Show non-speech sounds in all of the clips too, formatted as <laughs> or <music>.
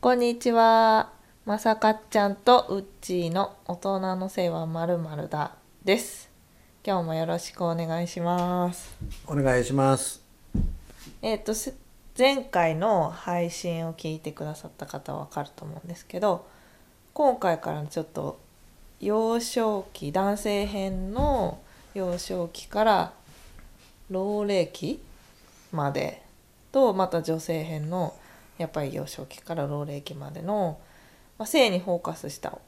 こんにちは。まさかっちゃんとうっちーの大人のせいはまるまるだです。今日もよろしくお願いします。お願いしますえっ、とせ前回の配信を聞いてくださった方はわかると思うんですけど、今回からちょっと幼少期男性編の幼少期から老齢期までとまた女性編のやっぱり幼少期から老齢期までの、まあ、性にフォーカスした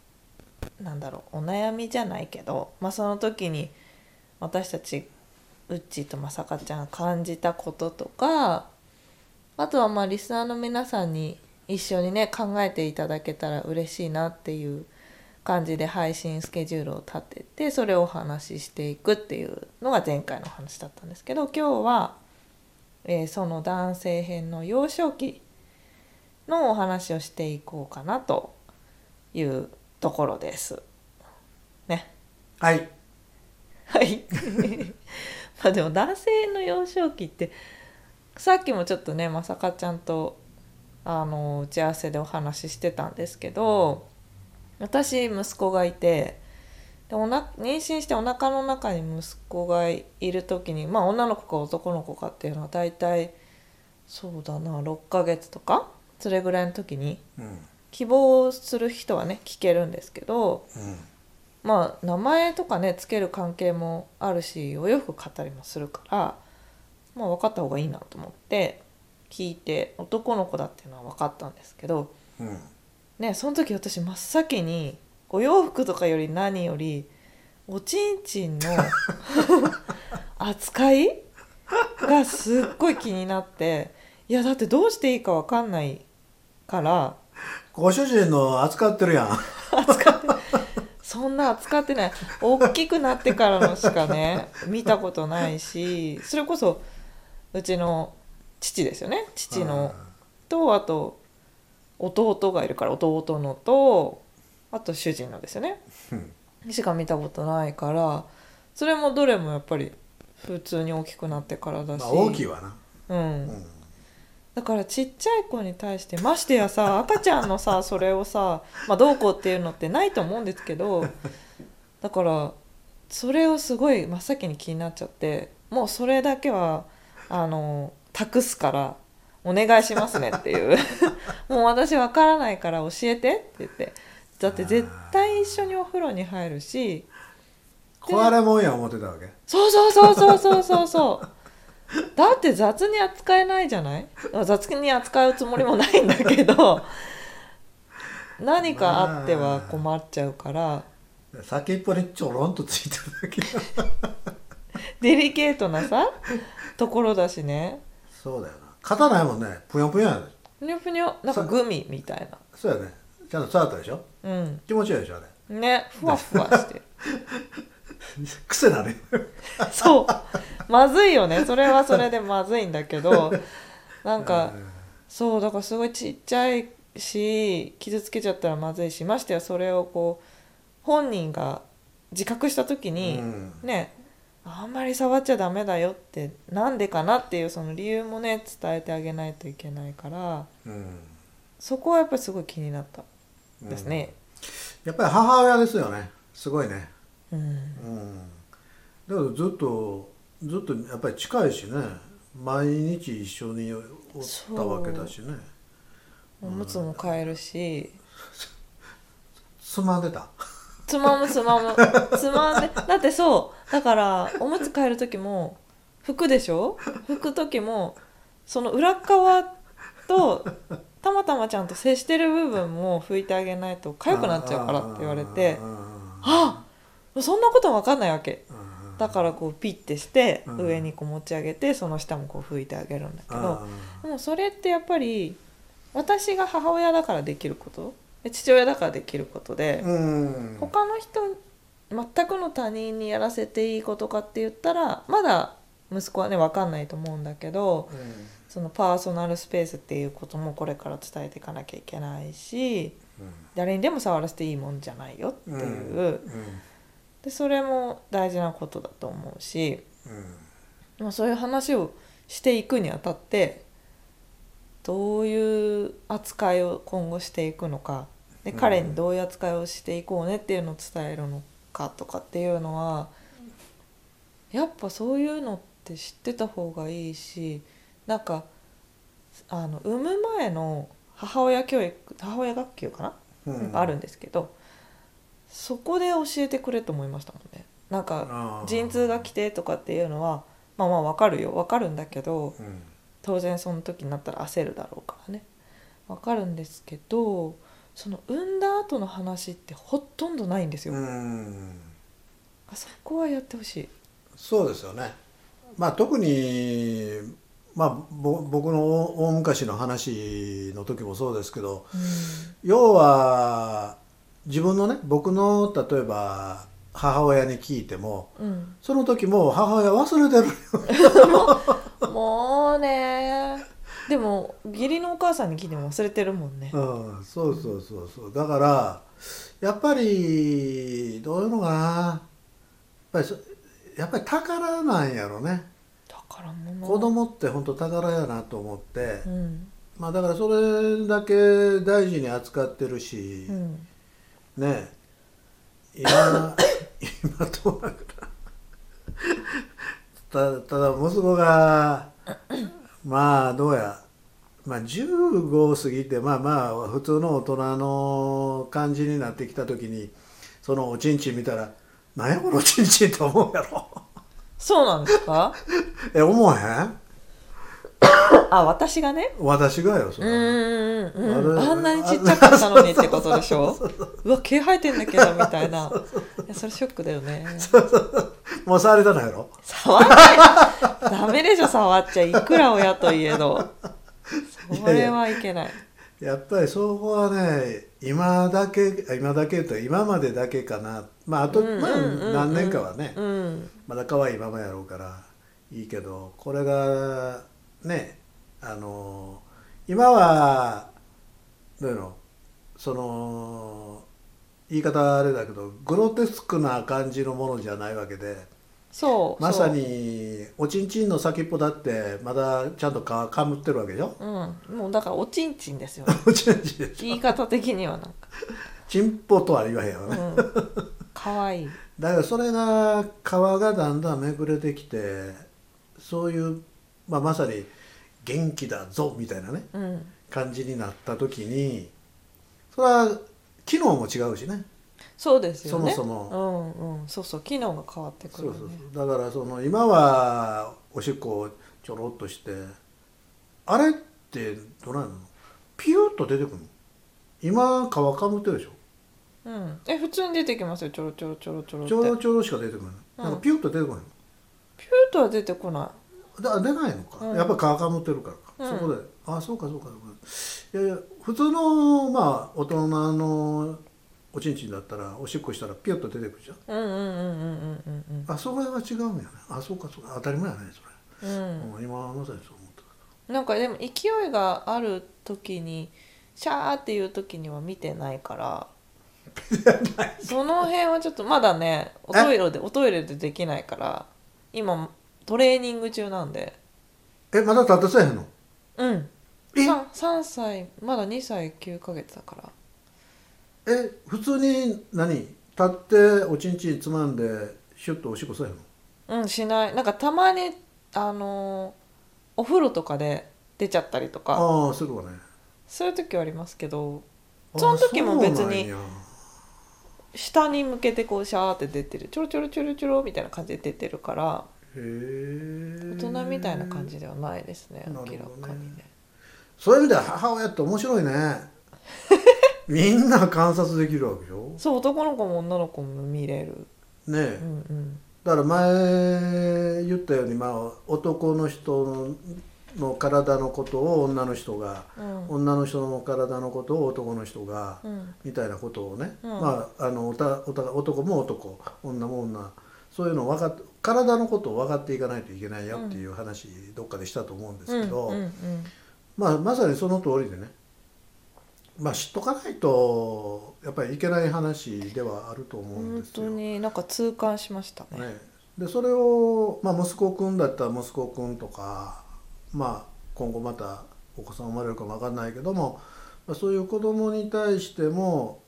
なんだろうお悩みじゃないけど、まあ、その時に私たちうっちーとまさかちゃんが感じたこととかあとはまあリスナーの皆さんに一緒にね考えていただけたら嬉しいなっていう感じで配信スケジュールを立ててそれをお話ししていくっていうのが前回の話だったんですけど今日は、えーその男性編の幼少期のお話をしていこうかなというところです。ね。はいはい。 <laughs> まあでも男性の幼少期ってさっきもちょっとねまさかちゃんとあの打ち合わせでお話ししてたんですけど私息子がいてでおな妊娠してお腹の中に息子がいる時にまあ女の子か男の子かっていうのは大体そうだな6ヶ月とかそれぐらいの時にうん希望する人はね聞けるんですけどうんまあ名前とかねつける関係もあるしお洋服買ったりもするからまあ分かった方がいいなと思って聞いて男の子だっていうのは分かったんですけどうんねその時私真っ先にお洋服とかより何よりおちんちんの扱いがすっごい気になっていやだってどうしていいか分かんないからご主人の扱ってるやんそんな扱ってない大きくなってからのしか <laughs> ね見たことないしそれこそうちの父ですよね父のとあと弟がいるから弟のとあと主人のですよねうんしか見たことないからそれもどれもやっぱり普通に大きくなってからだし、まあ大きいわなううんん、うだからちっちゃい子に対してましてやさ赤ちゃんのさそれをさ、まあ、どうこうっていうのってないと思うんですけどだからそれをすごい真っ先に気になっちゃってもうそれだけはあの託すからお願いしますねっていう <laughs> もう私わからないから教えてって言ってだって絶対一緒にお風呂に入るし壊れもんや思ってたわけそうそうそうそうそうそうそうだって雑に扱えないじゃない雑に扱うつもりもないんだけど何かあっては困っちゃうから先っぽにちょろんとついただけデリケートなさところだしねそうだよな肩ないもんねぷよぷよやふでにょふにょなんかグミみたいそうやねちゃんと伝わったでしょなうん気持ちいいでしょあれねふわふわしてる癖なるよそうまずいよねそれはそれでまずいんだけどなんかうんそうだからすごいちっちゃいし傷つけちゃったらまずいしましてやそれをこう本人が自覚した時に、うんねあんまり触っちゃダメだよってなんでかなっていうその理由もね伝えてあげないといけないからうんそこはやっぱりすごい気になったですね。やっぱり母親ですよねすごいねうん、うんだけどずっとずっとやっぱり近いしね毎日一緒におったわけだしねおむつも変えるしつまんでたつまむつまむ <laughs> つまんでだってそうだからおむつ替える時も拭くでしょ拭く時もその裏側とたまたまちゃんと接してる部分も拭いてあげないと痒くなっちゃうからって言われてあそんなこと分かんないわけだからこうピッてしてうん上にこう持ち上げてその下もこう拭いてあげるんだけうんどでもそれってやっぱり私が母親だからできることで父親だからできることで。うん他の人全くの他人にやらせていいことかって言ったらまだ息子はね分かんないと思うんだけどうんそのパーソナルスペースっていうこともこれから伝えていかなきゃいけないし誰にでも触らせていいもんじゃないよっていう、うんでそれも大事なことだと思うし、うんまあ、そういう話をしていくにあたってどういう扱いを今後していくのかで彼にどういう扱いをしていこうねっていうのを伝えるのかとかっていうのはやっぱそういうのって知ってた方がいいしなんかあの産む前の母親教育母親学級かな、うんあるんですけどそこで教えてくれと思いましたもんね。なんかあー陣痛が来てとかっていうのはまあまあわかるよわかるんだけど、うん当然その時になったら焦るだろうからねわかるんですけどその産んだ後の話ってほとんどないんですよ、うんそこはやってほしいそうですよね。まあ特にまあぼ僕の大大昔の話の時もそうですけど、要は自分のね僕の例えば母親に聞いてもうん、その時もう母親忘れてる。もうねでも義理のお母さんに聞いても忘れてるもんね、 <laughs> うん、そうそうそうそうだからやっぱりどういうのかなやっぱりそやっぱり宝なんやろねだからもう子供って本当宝やなと思ってう、んまあだからそれだけ大事に扱ってるし、うんね今今どうなんかなたただ息子がまあどうやまあ15過ぎてまあまあ普通の大人の感じになってきた時にそのおちんちん見たら「何やこのおちんちん」と思うやろそうなんです <laughs> かえ思わへんあ私がね私がよそうれんはうんうんうんあれあんなにちっちゃかったのにってことでし <laughs> ょうわ毛生えてんだけどみたいないやそれショックだよねもう触れたのやろ触っちゃいダメでしょ触っちゃいくら親といえどそれはいけないやっぱりそこはね今だけあ今だけというか今までだけかなまああと、うんうんまあうんうん何年かはね、うんまだ可愛いままやろうからいいけどこれがねあの今はどういうのその言い方あれだけどグロテスクな感じのものじゃないわけでそうまさにおちんちんの先っぽだってまだちゃんとかかむってるわけでしょ <laughs> そううんもうだからおちんちんですよおちんちんでしょ言い方的にはなんかちんぽとは言わへんよね、うん可愛いだからそれが皮がだんだんめくれてきてそういう、まあ、まさに元気だぞみたいなねうん感じになった時にそれは機能も違うしねそうですよねそもそうんうんそうそう機能が変わってくそるようねそうそうだからその今はおしっこをちょろっとしてあれってどないなのピューッと出てくるの今皮かむってるでしょうんえ普通に出てきますよちょろちょろちょろちょろってちょろちょろしか出てくるのうんなんかピューッと出てこないのピューとは出てこなだ出ないのか、うんやっぱ皮かむってるからか、うんそこであそうかそうかそうかいやいや普通のまあ大人のおちんちんだったらおしっこしたらピュッと出てくるじゃんいうんうんうんうんうんうんあそこは違うんやねあそうかそうか当たり前やねそうんうんれ、うん、今まさにそう思ったなんかでも勢いがある時にシャーっていう時には見てないからその辺はちょっとまだねおトイレでおトイレでできないから今トレーニング中なんでえまだ立たせへんのうんえ 3, 3歳まだ2歳9ヶ月だからえ普通に何立っておちんちんつまんでシュッとおしっこせえへんのうんしないなんかたまにあのーお風呂とかで出ちゃったりとかああーするわねそういう時はありますけどあーその時も別にそうなんや下に向けてこうシャーって出てるちょろちょろちょろちょろみたいな感じで出てるからへえ大人みたいな感じではないですねなるほど明ねらかにねそういう意味では母親って面白いね <laughs> みんな観察できるわけでしょそう男の子も女の子も見れるねうえんうんだから前言ったように、まあ、男の人の体のことを女の人がうん女の人の体のことを男の人がうんみたいなことをね、うんまあ、あのおたおた男も男女も女そういうのを分かっ体のことを分かっていかないといけないよっていう話、どっかでしたと思うんですけど。うんうんまあ、まさにその通りでね、まあ、知っとかないとやっぱりいけない話ではあると思ううんんで本す当よ。になんか痛感しましたねね、でそれを、まあ、息子くんだったら息子くんとか、まあ、今後またお子さん生まれるかもわかんないけどもまあそういう子供に対しても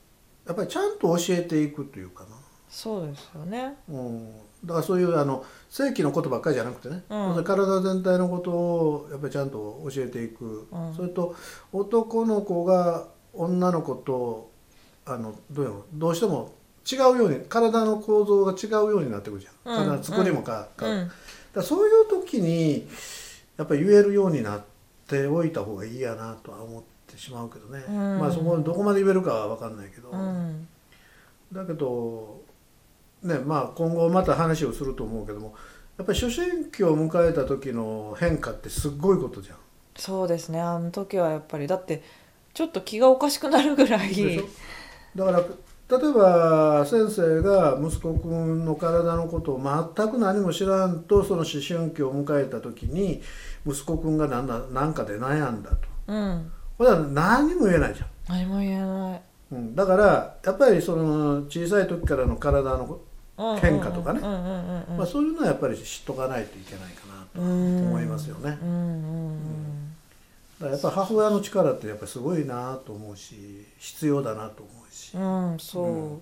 やっぱりちゃんと教えていくというかそうですよねな、うん、だからそういうあの正規のことばっかりじゃなくてね、うんそれ体全体のことをやっぱりちゃんと教えていく、うんそれと男の子が女の子とあのどうやろうどうしても違うように体の構造が違うようになってくるじゃん、うん体の作りもか,うか、だかんらそういう時にやっぱり言えるようになっておいた方がいいやなとは思ってしまうけどね、うんまあそこどこまで言えるかは分かんないけど、うんだけど、ねまあ、今後また話をすると思うけどもやっぱり初心期を迎えた時の変化ってすっごいことじゃん。そうですねあの時はやっぱりだってちょっと気がおかしくなるぐらいでしょだから例えば先生が息子くんの体のことを全く何も知らんとその思春期を迎えた時に息子くんが何だ何かで悩んだとうんこれは何も言えないじゃん。何も言えないうん、だからやっぱりその小さい時からの体のこうんうん変化とかねうんうんうんうんまあ、そういうのはやっぱり知っとかないといけないかなとうん思いますよね。うんうんだからやっぱ母親の力ってやっぱすごいなと思うし必要だなと思うしう、んうんそう、うん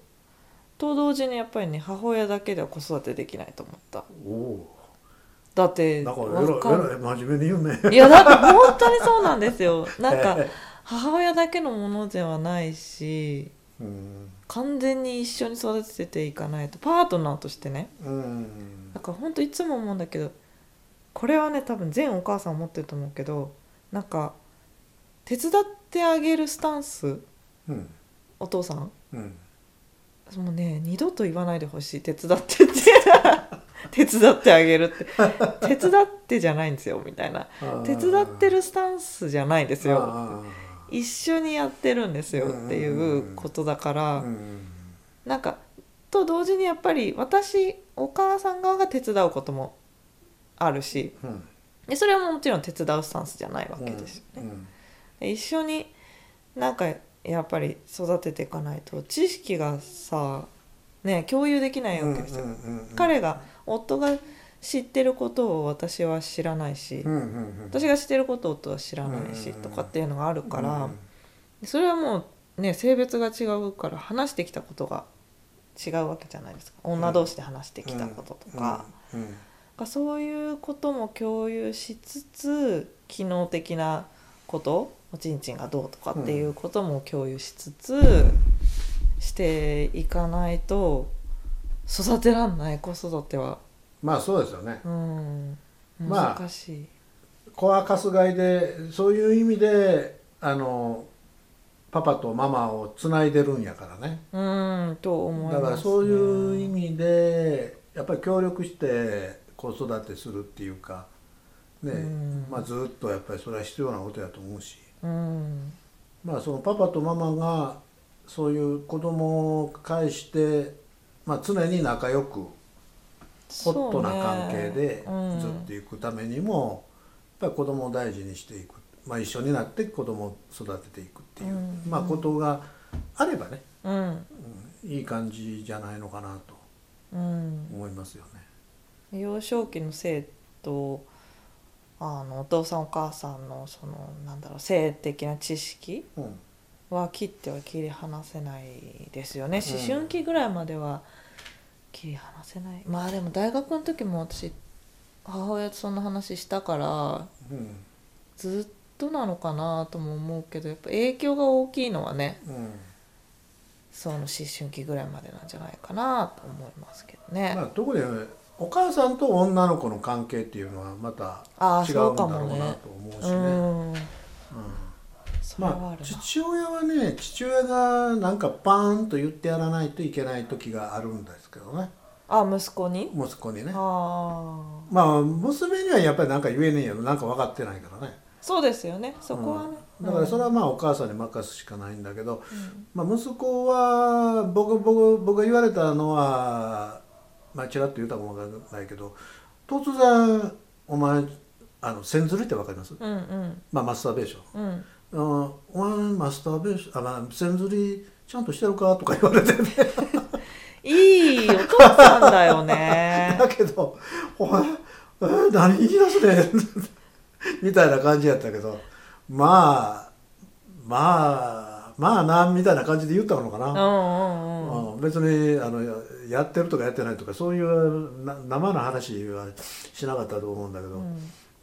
と同時にやっぱりね母親だけでは子育てできないと思ったおおだってなんかわかんえらいえらい真面目に言うね。いやだって本当にそうなんですよ <laughs> なんかえ母親だけのものではないしえうん完全に一緒に育てていかないとパートナーとしてねうんだから本当いつも思うんだけどこれはね多分全お母さん思ってると思うけどなんか手伝ってあげるスタンスうんお父さんうんもうね二度と言わないでほしい手伝って <laughs> って手伝ってあげるって手伝ってじゃないんですよみたいなあー手伝ってるスタンスじゃないんですよあ一緒にやってるんですよっていうことだから、ーうんなんかと同時にやっぱり私お母さん側が手伝うこともあるしうんでそれはもちろん手伝うスタンスじゃないわけですよね。うんで一緒になんかやっぱり育てていかないと知識がさね共有できないわけですよ。うんうんうん彼が夫が知ってることを私は知らないし、うんうんうん私が知ってることを夫は知らないし、うんとかっていうのがあるから、うんそれはもうね性別が違うから話してきたことが違うわけじゃないですか女同士で話してきたこととか、うんうんがそういうことも共有しつつ機能的なことおちんちんがどうとかっていうことも共有しつつ、していかないと育てらんない子育ては、まあそうですよねうん、まあ難しい、子はかすがいでそういう意味であのパパとママをつないでるんやからねうんと思います、だね、からそういう意味でやっぱり協力して子育てするっていうかね、うんまあ、ずっとやっぱりそれは必要なことやと思うし、うんまあ、そのパパとママがそういう子供を介して、まあ、常に仲良くホットな関係でそうねずっといくためにも、やっぱり子供を大事にしていく、まあ、一緒になって子供を育てていくっていうう、んまあ、ことがあればね、うんうんいい感じじゃないのかなとうん、思いますよね。うん、幼少期の生徒あのお父さんお母さんのそのなんだろう性的な知識うんは切っては切り離せないですよねうん思春期ぐらいまでは切り離せない、まあでも大学の時も私母親とそんな話したからうんずっとなのかなとも思うけどやっぱ影響が大きいのはねうんその思春期ぐらいまでなんじゃないかなと思いますけどね、まあ、特にお母さんと女の子の関係っていうのはまたああ違うんだそうかろもうねなと思うしうね。んうんそれはあまるあ、な、父親はね父親がなんかパーンと言ってやらないといけない時があるんですけどねあ息子に、息子にねああまあ娘にはやっぱりなんか言えねえやろなんか分かってないからねそうですよねそこはね、うんだからそれは、はまあお母さんに任すしかないんだけど、まあ、息子は僕僕僕が言われたのはまあちらっと言ったかもわからないけど突然「お前あの線ずるってわかりますうんうんまあマスターベーションうんうんあの「お前マスターベーションあ、まあ、線ずりちゃんとしてるか?」とか言われてねいいお母さんだよ <laughs> ね。だけど <laughs> 「お前、えー何言い出すねん」みたいな感じやったけどまあまあまあなみたいな感じで言ったのかうんうな、んうんうん別にあのややってるとかやってないとかそういうな生の話はしなかったと思うんだけど、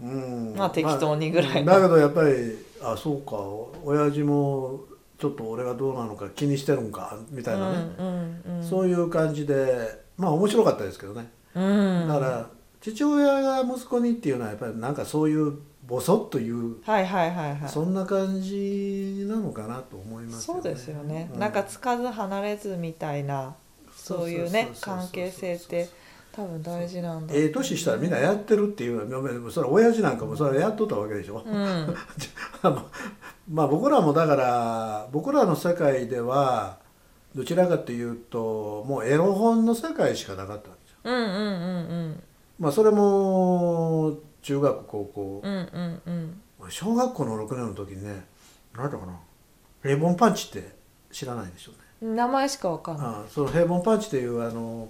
うんうんまあ適当にぐらいのだけどやっぱりあそうか親父もちょっと俺がどうなのか気にしてるんかみたいなね、うんうんうんそういう感じでまあ面白かったですけどね、うんだから父親が息子にっていうのはやっぱりなんかそういうボソッという、はいはいはいはいそんな感じなのかなと思いますそうですよね、うなんかつかず離れずみたいなそういうねそうそうそうそ関う係性って多分大事なんだええ年したらみんなやってるっていうのはそれは親父なんかもそれはやっとったわけでし <laughs> ょ、うんあのまあ僕らもだから僕らの世界ではどちらかというともうエロ本の世界しかなかったんですよ。うんうんうんまあそれも中学高校うんう、んうんうん小学校の6年の時にね何だかな平凡パンチって知らないでしょうね。名前しかわかんないああその平凡パンチっていうあの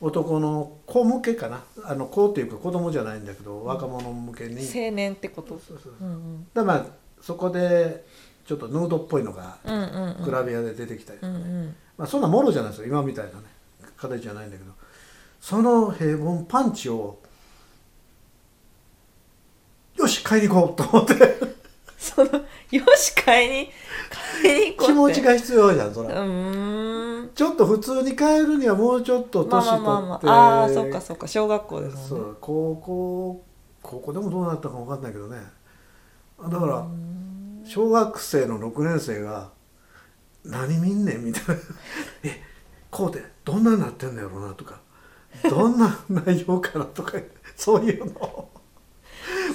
男の子向けかなあの子っていうか子供じゃないんだけど若者向けに。青年ってことそうそうそううんだからまあそこでちょっとヌードっぽいのがうんうんうんうんグラビアで出てきたりとうかんね、うんまあ、そんなもろじゃないですよ今みたいなね形じゃないんだけどその平凡パンチをよし買いに行こうと思ってそのよし買いに買いに行こうって気持ちが必要じゃんそうら、ーんちょっと普通に買えるにはもうちょっとまあ年ま取あって、まあまあああーそっかそっか小学校ですそもんねう高校高校でもどうなったか分かんないけどねだかうーらん小学生の6年生が「何見んねん」みたいな <laughs> 「えこうでどんなになってんのやろうな」とか「どんな内容かな」とかそういうのを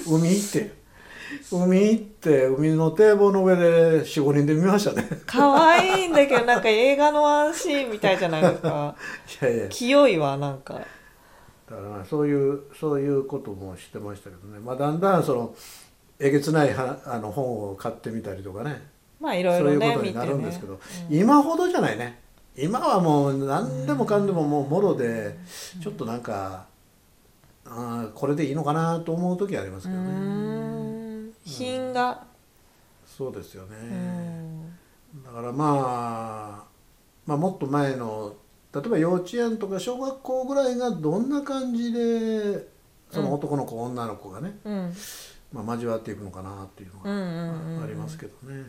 海行って海行って海の堤防の上で45人で見ましたね可愛いんだけどなんか映画のワンシーンみたいじゃないです <laughs> かいやいや清いわなんかだからまあそういうそういうこともしてましたけどね、まあ、だんだんそのえげつないはあの本を買ってみたりとかねまあいそろいうろいうこねと見にてなるんですけど、ね今ほどじゃないね今はもう何でもかんでももうもろでちょっとなんか、あーこれでいいのかなと思う時ありますうけどね、ーん品が、そうですよね、うんだからまあまあもっと前の例えば幼稚園とか小学校ぐらいがどんな感じでその男の子、女の子がね、うんまあ、交わっていくのかなっていうのうんうがんうんありますけどね。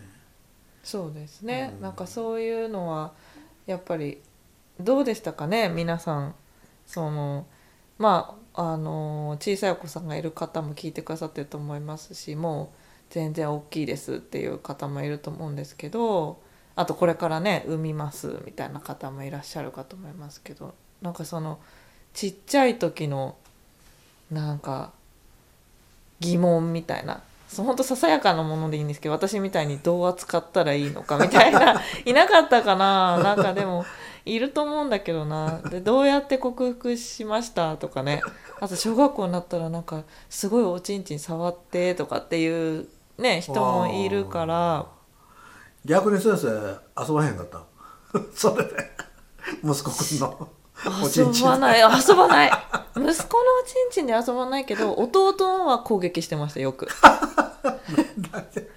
そうですね、うんなんかそういうのはやっぱりどうでしたかね皆さんそのまああの小さいお子さんがいる方も聞いてくださってると思いますしもう全然大きいですっていう方もいると思うんですけどあとこれからね産みますみたいな方もいらっしゃるかと思いますけどなんかそのちっちゃい時のなんか疑問みたいなそうほんとささやかなものでいいんですけど私みたいにどう扱ったらいいのかみたいないなかったかななんかでもいると思うんだけどなでどうやって克服しましたとかねあと小学校になったらなんかすごいおちんちん触ってとかっていうね人もいるから逆に先生遊ばへんかった <laughs> それで息子くんのおちんち遊んばない遊ばない息子のおちんちんで遊ばないけど弟のは攻撃してましたよく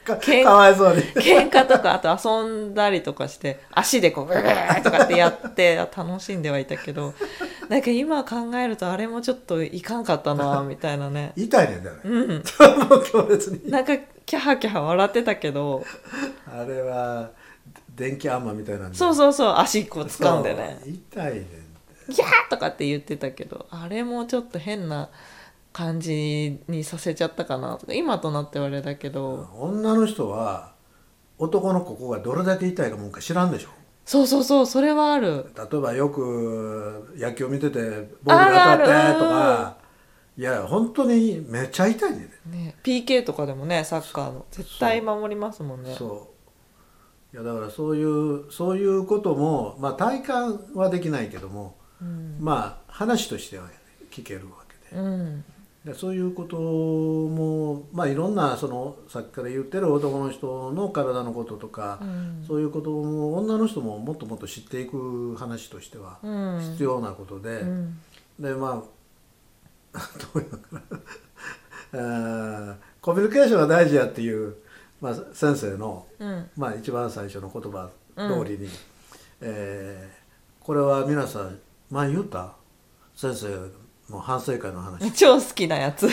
かけんかわいそうに喧嘩とかあと遊んだりとかして足でこうブーとかってやって楽しんではいたけどなんか今考えるとあれもちょっといかんかったなみたいなね痛いねんだよねうん <laughs> もう強烈になんかキャハキャハ笑ってたけどあれは電気あんまみたいなんでそうそうそう足こう掴んでねそう痛いねん「ギャー!」とかって言ってたけどあれもちょっと変な感じにさせちゃったかなとか今となってはあれだけど女の人は男のここがどれだけ痛いかもんか知らんでしょそうそうそうそれはある例えばよく野球見ててボールが当たってとあるあかいや本当にめっちゃ痛いねんねね PK とかでもねサッカーの絶対守りますもんねそういやだからそういうそういうことも、まあ、体感はできないけども、うんまあ話としては聞けるわけでうんでそういうことも、まあ、いろんなそのさっきから言ってる男の人の体のこととかう、んそういうことも女の人ももっともっと知っていく話としてはうん必要なことで、うんでま <laughs> あどういうのかなあーコミュニケーションが大事やっていうまあ、先生の、うんまあ、一番最初の言葉通りに、えーこれは皆さん前言った先生の反省会 <laughs> の話超好きなやつ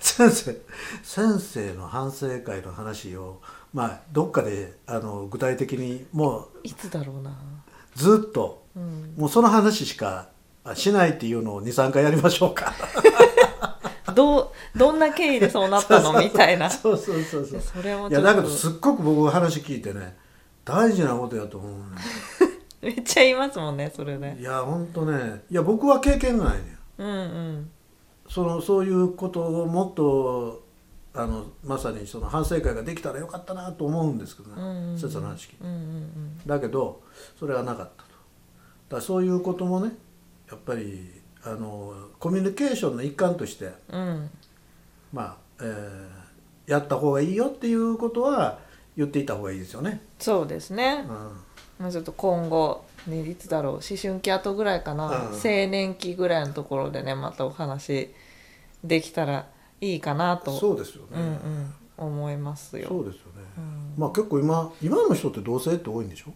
先生先生の反省会の話を、まあ、どっかであの具体的にもういつだろうなずっとうんもうその話しかあしないっていうのを23回やりましょ <laughs> うかどうどんな経緯でそうなったのみたいなそうそうそうそうそれもいちょやっだけどとすっごく僕話聞いてね大事なことやと思うねめっちゃ言いますもんねそれねいやほんとねいや僕は経験がないねんうんうんそのそういうことをもっとあのまさにその反省会ができたらよかったなと思うんですけどね、うんうん先生の話聞いてうんうんだけどそれはなかったとだからそういうこともねやっぱりあのコミュニケーションの一環としてうんうんまあ、えーやった方がいいよっていうことは言っていた方がいいですよね、そうですうねん、、まあ、ちょっと今後、ね、いつだろう思春期後ぐらいかな、うん青年期ぐらいのところでねまたお話できたらいいかなとそうですよね、うんうん、思いますよ。そうですよね、うんまあ結構今今の人って同性って多いんでしょ、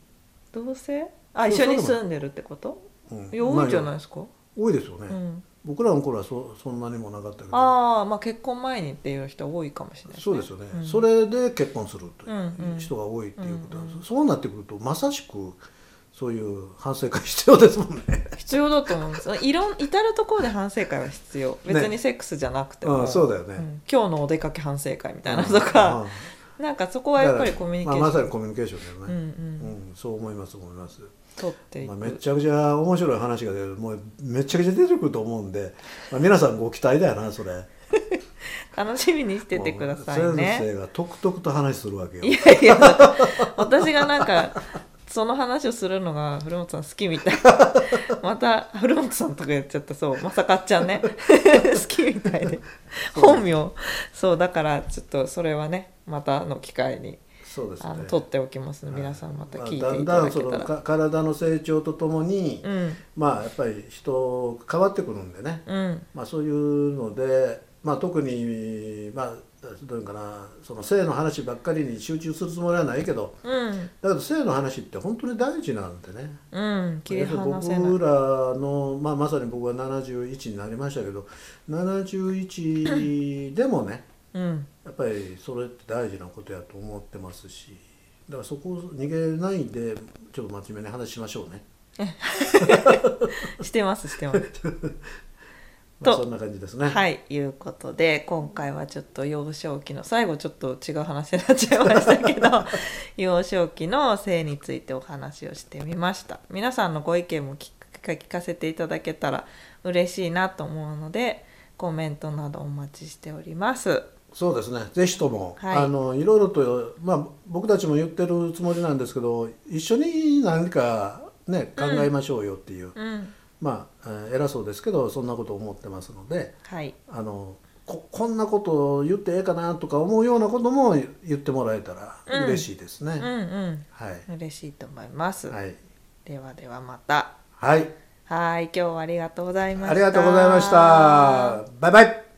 同性あそう一緒にそうでも住んでるってことうんいや多いんじゃないですか、多いですよね、うん、僕らの頃はそそんなにもなかったけどああまあ結婚前にっていう人多いかもしれないそうですよね、うんそれで結婚するというんううん人が多いっていうことなんです、うんうんそうなってくるとまさしくそういう反省会必要ですもんね必要だと思うんですいろん至る所で反省会は必要別にセックスじゃなくても、うんそうだよねん今日のお出かけ反省会みたいなのとか、なんかそこはやっぱりコミュニケーション、まあ、まさにコミュニケーションだようね、んううんん、そう思います思います、取っていく、まあ、めちゃくちゃ面白い話が出るもうめちゃくちゃ出てくると思うんで、まあ、皆さんご期待だよなそれ楽しみにしててくださいもうね先生がとくとくと話するわけよいやいや <laughs> だから私がなんかその話をするのが古本さん好きみたい <laughs> また古本さんとか言っちゃったそうまさかっちゃんね <laughs> 好きみたいで本名そうだからちょっとそれはねまたの機会にそうですねあの取っておきますので皆さんまた聞いていまあただんだだんそけたのらか体の成長とともに、うんまあやっぱり人変わってくるんでね、うんまあ、そういうので、まあ、特に、まあ、どういうのかなその性の話ばっかりに集中するつもりはないけどうんだけど性の話って本当に大事なんでねうん切り離せない僕らの、まあ、まさに僕は71になりましたけど71でもねうんやっぱりそれって大事なことやと思ってますしだからそこを逃げないでちょっと真面目に話しましょうね、してますしてますまあ、とそんな感じで <laughs> すね、はい、いうことで今回はちょっと幼少期の最後ちょっと違う話になっちゃいましたけど <laughs> 幼少期の性についてお話をしてみました皆さんのご意見も聞か聞かせていただけたら嬉しいなと思うのでコメントなどお待ちしておりますそうですねぜひとも、はいい、あのいろいろと、まあ、僕たちも言ってるつもりなんですけど一緒に何か、ね、考えましょうよっていう、うんまあえー偉そうですけどそんなこと思ってますのではいあのここんなこと言ってええかなとか思うようなことも言ってもらえたうんら嬉しいですね。うんうはい、ん嬉しいと思います、はいではではまたはいはい今日はありがとうございましたありがとうございました。バイバイ。